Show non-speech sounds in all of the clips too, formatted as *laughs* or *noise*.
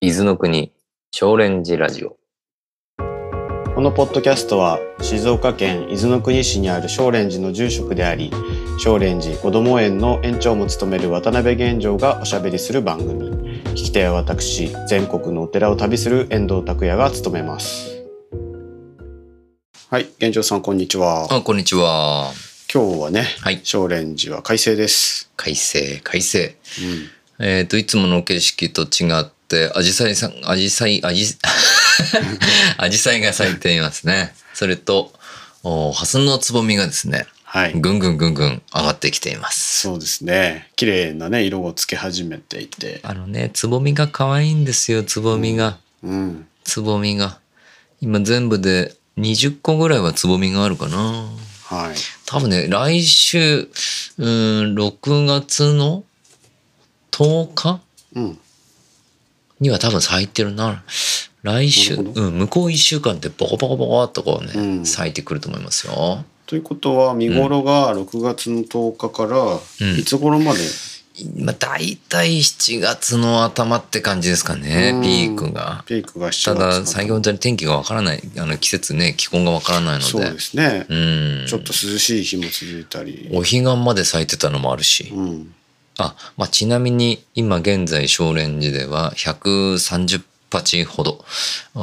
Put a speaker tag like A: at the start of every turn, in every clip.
A: 伊豆の国、少蓮寺ラジオ。
B: このポッドキャストは静岡県伊豆の国市にある少蓮寺の住職であり少蓮寺子ども園の園長も務める渡辺玄城がおしゃべりする番組聞き手は私全国のお寺を旅する遠藤拓也が務めますはい玄城さんこんにちは
A: あ、こんにちは。
B: 今日はね、
A: はい
B: 少蓮寺は快晴です、
A: 快晴、快晴。えっ、と、いつもの景色と違って、アジサイさん、アジサイ、アジ、 *laughs* アジサイが咲いていますね。それと、おハスのつぼみがですね、
B: はい
A: ぐんぐんぐんぐん上がってきています。
B: そうですね綺麗なね色をつけ始めていて
A: あのね、つぼみが可愛いんですよ、つぼみが。
B: うん
A: つぼみが。今全部で20個ぐらいはつぼみがあるかな。
B: はい
A: 多分ね、来週、うーん、6月の10日
B: うん
A: には多分咲いてるな。来週、
B: なるほ
A: うん、向こう1週間ってボコボコボコっとこうね、
B: うん
A: 咲いてくると思いますよ。
B: ということは見頃が6月の10日から
A: ん
B: いつ頃まで、
A: まあ、大体7月の頭って感じですかね
B: う、ん
A: ピークが。
B: ピークが7月
A: た
B: か
A: だ、
B: な
A: 先ほどに天気がわからない、あの季節ね、気候がわからないの
B: そう
A: で
B: で、すね、
A: うん、
B: ちょっと涼しい日も続いたり、
A: お彼岸まで咲いてたのもあるし。
B: うん、
A: あ、まあ、ちなみに今現在少蓮寺では130鉢ほどあ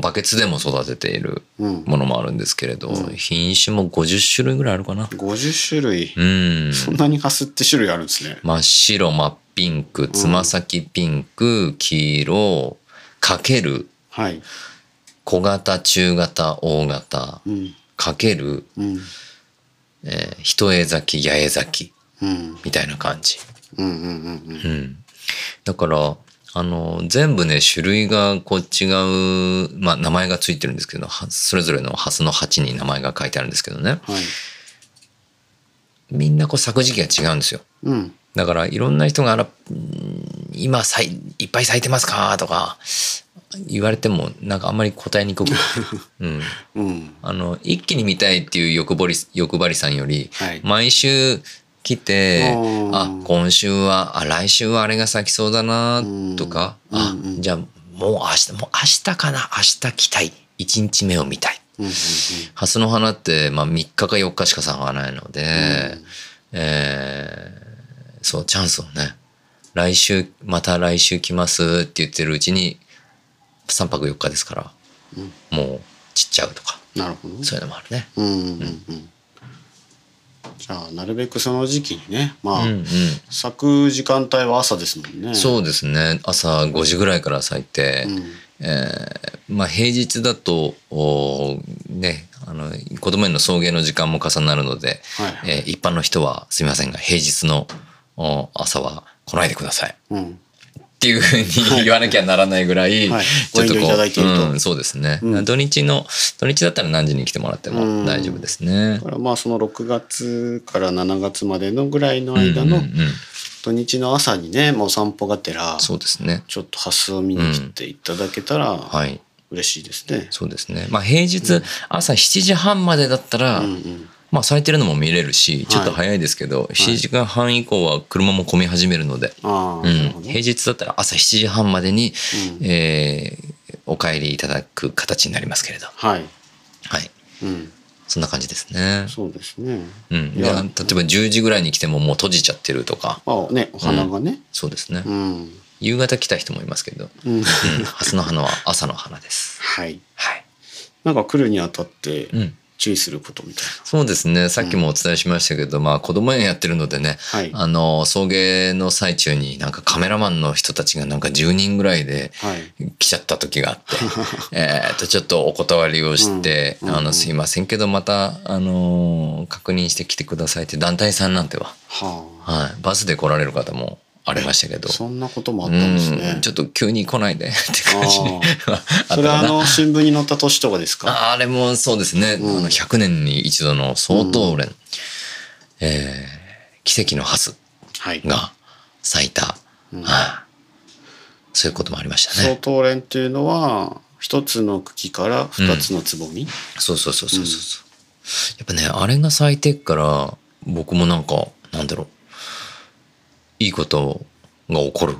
A: ーバケツでも育てている
B: うん、
A: ものもあるんですけれど、
B: うん
A: 品種も50種類ぐらいあるかな。
B: 50種類、
A: うん。
B: そんなにハスって種類あるんですね。
A: 真っ白、真っピンク、つま先ピンク、黄色、かける、
B: はい、
A: 小型、中型、大型、
B: うん、
A: かける、
B: うん、
A: えー一重咲き、八重咲き、
B: うん、
A: みたいな感じ。
B: うん、うん、うん、
A: うん、だからあの全部ね種類がこう違う、まあ、名前がついてるんですけどはそれぞれのハスの鉢に名前が書いてあるんですけどね
B: はい、
A: みんなこう咲く時期が違うんですよ
B: うん、
A: だからいろんな人があらうん「今咲いいっぱい咲いてますか?」とか言われてもなんかあんまり答えにくく、うん、
B: うん、
A: あの一気に見たいっていう欲張り欲張りさんより、
B: はい
A: 毎週来て
B: うん
A: あ今週はあ来週はあれが咲きそうだなとか
B: うん
A: あ
B: うんうん
A: じゃあもう明日もう明日かな明日来たい1日目を見たい。
B: うん、うん、
A: ハスの花って、まあ、3日か4日しか咲かないので、えーそうチャンスをね来週また来週来ますって言ってるうちに3泊4日ですから、
B: うん
A: もう散っちゃうとか
B: なるほどね。
A: そういうのもあるね。
B: うん、うん、うん。じゃあ、なるべくその時期にね、まあ、
A: うんうん、
B: 咲く時間帯は朝ですもんね。
A: そうですね朝5時ぐらいから咲いて、
B: うん、
A: えーまあ、平日だとおーねあの子供への送迎の時間も重なるので、
B: はいはい、
A: えー一般の人はすみませんが平日のお朝は来ないでください
B: うん、
A: っていうふうに言わなきゃならないぐらい、
B: はい
A: ちょっとこ
B: ご遠慮いただいている
A: う、
B: と
A: うん、そうですね、
B: うん
A: 土日の土日だったら何時に来てもらっても大丈夫ですね
B: だ。からまあその6月から7月までのぐらいの
A: うんうん
B: 間の
A: うん
B: 土日の朝にねもう散歩がてら
A: そうですね。
B: ちょっとハスを見に来ていただけたら
A: はい。
B: 嬉しいですね。
A: そうですね。まあ平日朝7時半までだったら、
B: うんうん
A: まあ咲いてるのも見れるし、ちょっと早いですけど、7時間半以降は車も混み始めるので、
B: ああ、
A: うん
B: なるほど
A: 平
B: ね。
A: 日だったら朝7時半までに、
B: うん
A: えーお帰りいただく形になりますけれど、
B: はい、
A: はい。
B: うん、
A: そんな感じですね。
B: そうですね。
A: うん。
B: い
A: で例えば
B: や
A: 10時ぐらいに来てももう閉じちゃってるとか、
B: まあねお花がね、
A: そうですね
B: う。ん、
A: 夕方来た人もいますけど、
B: うん
A: う
B: *laughs*
A: ん。ハスの花は朝の花です。
B: はい。
A: はい。
B: なんか来るにあたって
A: うん。
B: 注意することみたい
A: そうですね。さっきもお伝えしましたけど、まあ子供園やってるのでね、
B: はい
A: あの、送迎の最中になんかカメラマンの人たちがなんか10人ぐらいで
B: な。はい。
A: 来ちゃった時があ
B: *laughs*
A: って、えーっと、ちょっとお断りをして、
B: うんうん
A: あの、すいませんけど、また、あの確認してきてくださいって団体さんなんては、
B: は
A: はい、バスで来られる方もありましたけ
B: あ。
A: ど、
B: そんなこともあったんです
A: う
B: ね
A: んち。ょっと急に来ないでって感じ *laughs*
B: あ
A: あった
B: そ
A: か
B: れはあ
A: な
B: の新聞に載った年とかですか。
A: ああれもそうですね、
B: うん
A: あの100年に一度の相当連、えー奇跡のハス
B: はい。
A: が咲いた、
B: うん
A: はいそういうこともありました
B: 相
A: ね。
B: 当連っていうのは一つの茎から二つのつぼみ、
A: そうそうそうそうそうそう、やっぱねあれが咲いてっから僕もなんかなんだろういいことが起こる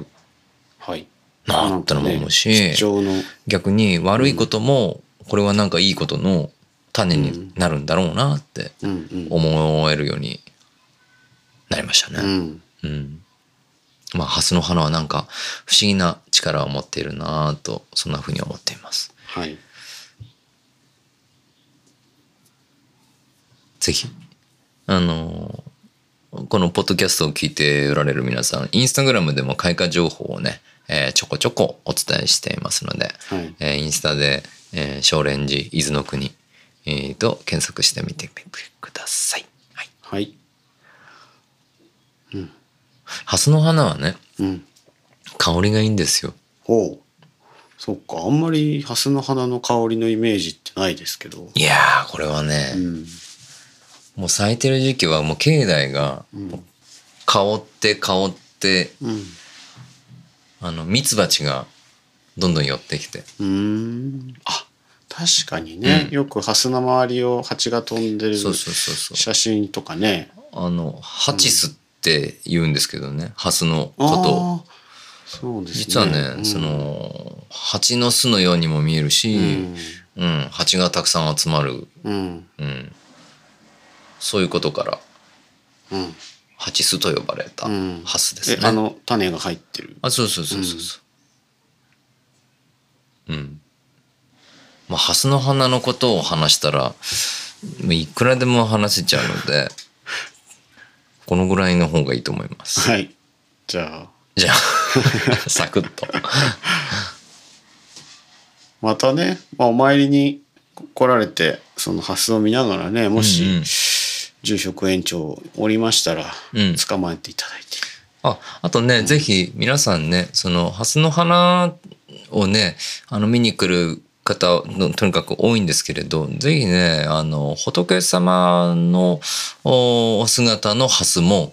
B: はい
A: なってのも思うし、
B: 貴重の
A: 逆に悪いことも、これはなんかいいことの種になるんだろうなって
B: うんうん
A: 思えるようになりました
B: う
A: ね。
B: ん
A: うん。まあ、ハスの花はなんか不思議な力を持っているなぁと、そんな風に思っています。
B: はい
A: ぜひ、あのーこのポッドキャストを聞いておられる皆さん、インスタグラムでも開花情報をね、えーちょこちょこお伝えしていますので、
B: はい
A: えーインスタで、えー、少蓮寺伊豆の国、えーと検索してみてください。はい。
B: はい
A: ハスの花はね、
B: うん
A: 香りがいいんですよ。
B: ほうそっかあんまりハスの花の香りのイメージってないですけど
A: いやー、これはね、
B: うん
A: もう咲いてる時期はもう境内が
B: うん
A: 香って香って、
B: うん
A: あの、蜜蜂がどんどん寄ってきて。
B: うーんあ確かにね、
A: うん
B: よくハスの周りを蜂が飛んでる
A: そうそうそうそう。
B: 写真とかね
A: あの、ハチスって言うんですけどね、ハスのことを。
B: あーそうですね
A: 実はね、
B: うん
A: その、蜂の巣のようにも見える
B: う
A: し、
B: ん、
A: うん、蜂がたくさん集まる、
B: うん
A: うん。そういうことから、
B: うん
A: 蜂巣と呼ばれた
B: うん
A: ハスですね
B: え。あの種が入ってる
A: あ、そうそうそうそうそう。うん。まあ、ハスの花のことを話したら、いくらでも話せちゃうので、このぐらいの方がいいと思います。
B: はいじゃあ
A: じゃあ、 *laughs* サクッと。
B: またね、まあ、お参りに来られてそのハスを見ながらねもし、
A: うんうん
B: 住職園長おりましたら、
A: うん
B: 捕まえていただいて
A: あ、あとね、ぜひ皆さんね、その、ハスの花をね、あの、見に来る方の、とにかく多いんですけれど、ぜひね、あの、仏様のおお姿のハスも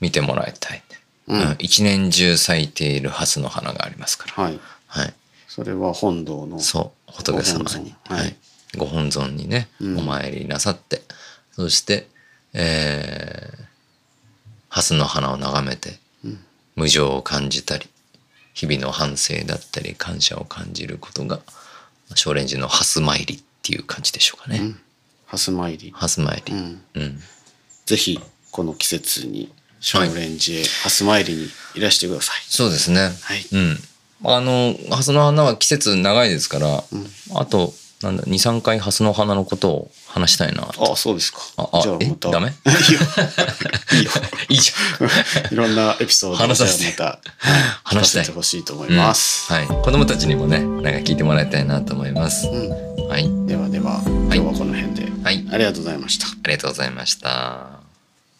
A: 見てもらいたい。
B: うん
A: うん一年中咲いているハスの花がありますから。
B: はい
A: はい。
B: それは本堂の
A: そう、仏様に。
B: ご本尊はい
A: はい。ご本尊にね、
B: うん
A: お参りなさって、そして、えー、蓮の花を眺めて、
B: うん
A: 無常を感じたり、日々の反省だったり、感謝を感じることが、少蓮寺の蓮参りっていう感じでしょうか
B: う
A: ね。
B: んハス参り、
A: 蓮参
B: う
A: り。
B: ん、
A: うん。
B: ぜひこの季節に少蓮寺へハス参りにいらしてください
A: そうですね。
B: はい、
A: うん。あの、蓮の花は季節長いですから、
B: うん
A: あと、なんだ、2、3回蓮の花のことを話したいな。
B: あそうですか
A: ああ
B: じゃあ
A: え
B: また
A: ダメ
B: い *laughs* いよいいよ
A: いいじゃん。
B: いろんなエピソードを
A: 話させて
B: じゃあまた
A: 話したい
B: 聞かせてほしいと思います、
A: はい。子供たちにもね、なんか聞いてもらいたいなと思います。
B: うん
A: はい。
B: ではでは今日はこの辺で、
A: はい。
B: ありがとうございました
A: ありがとうございました。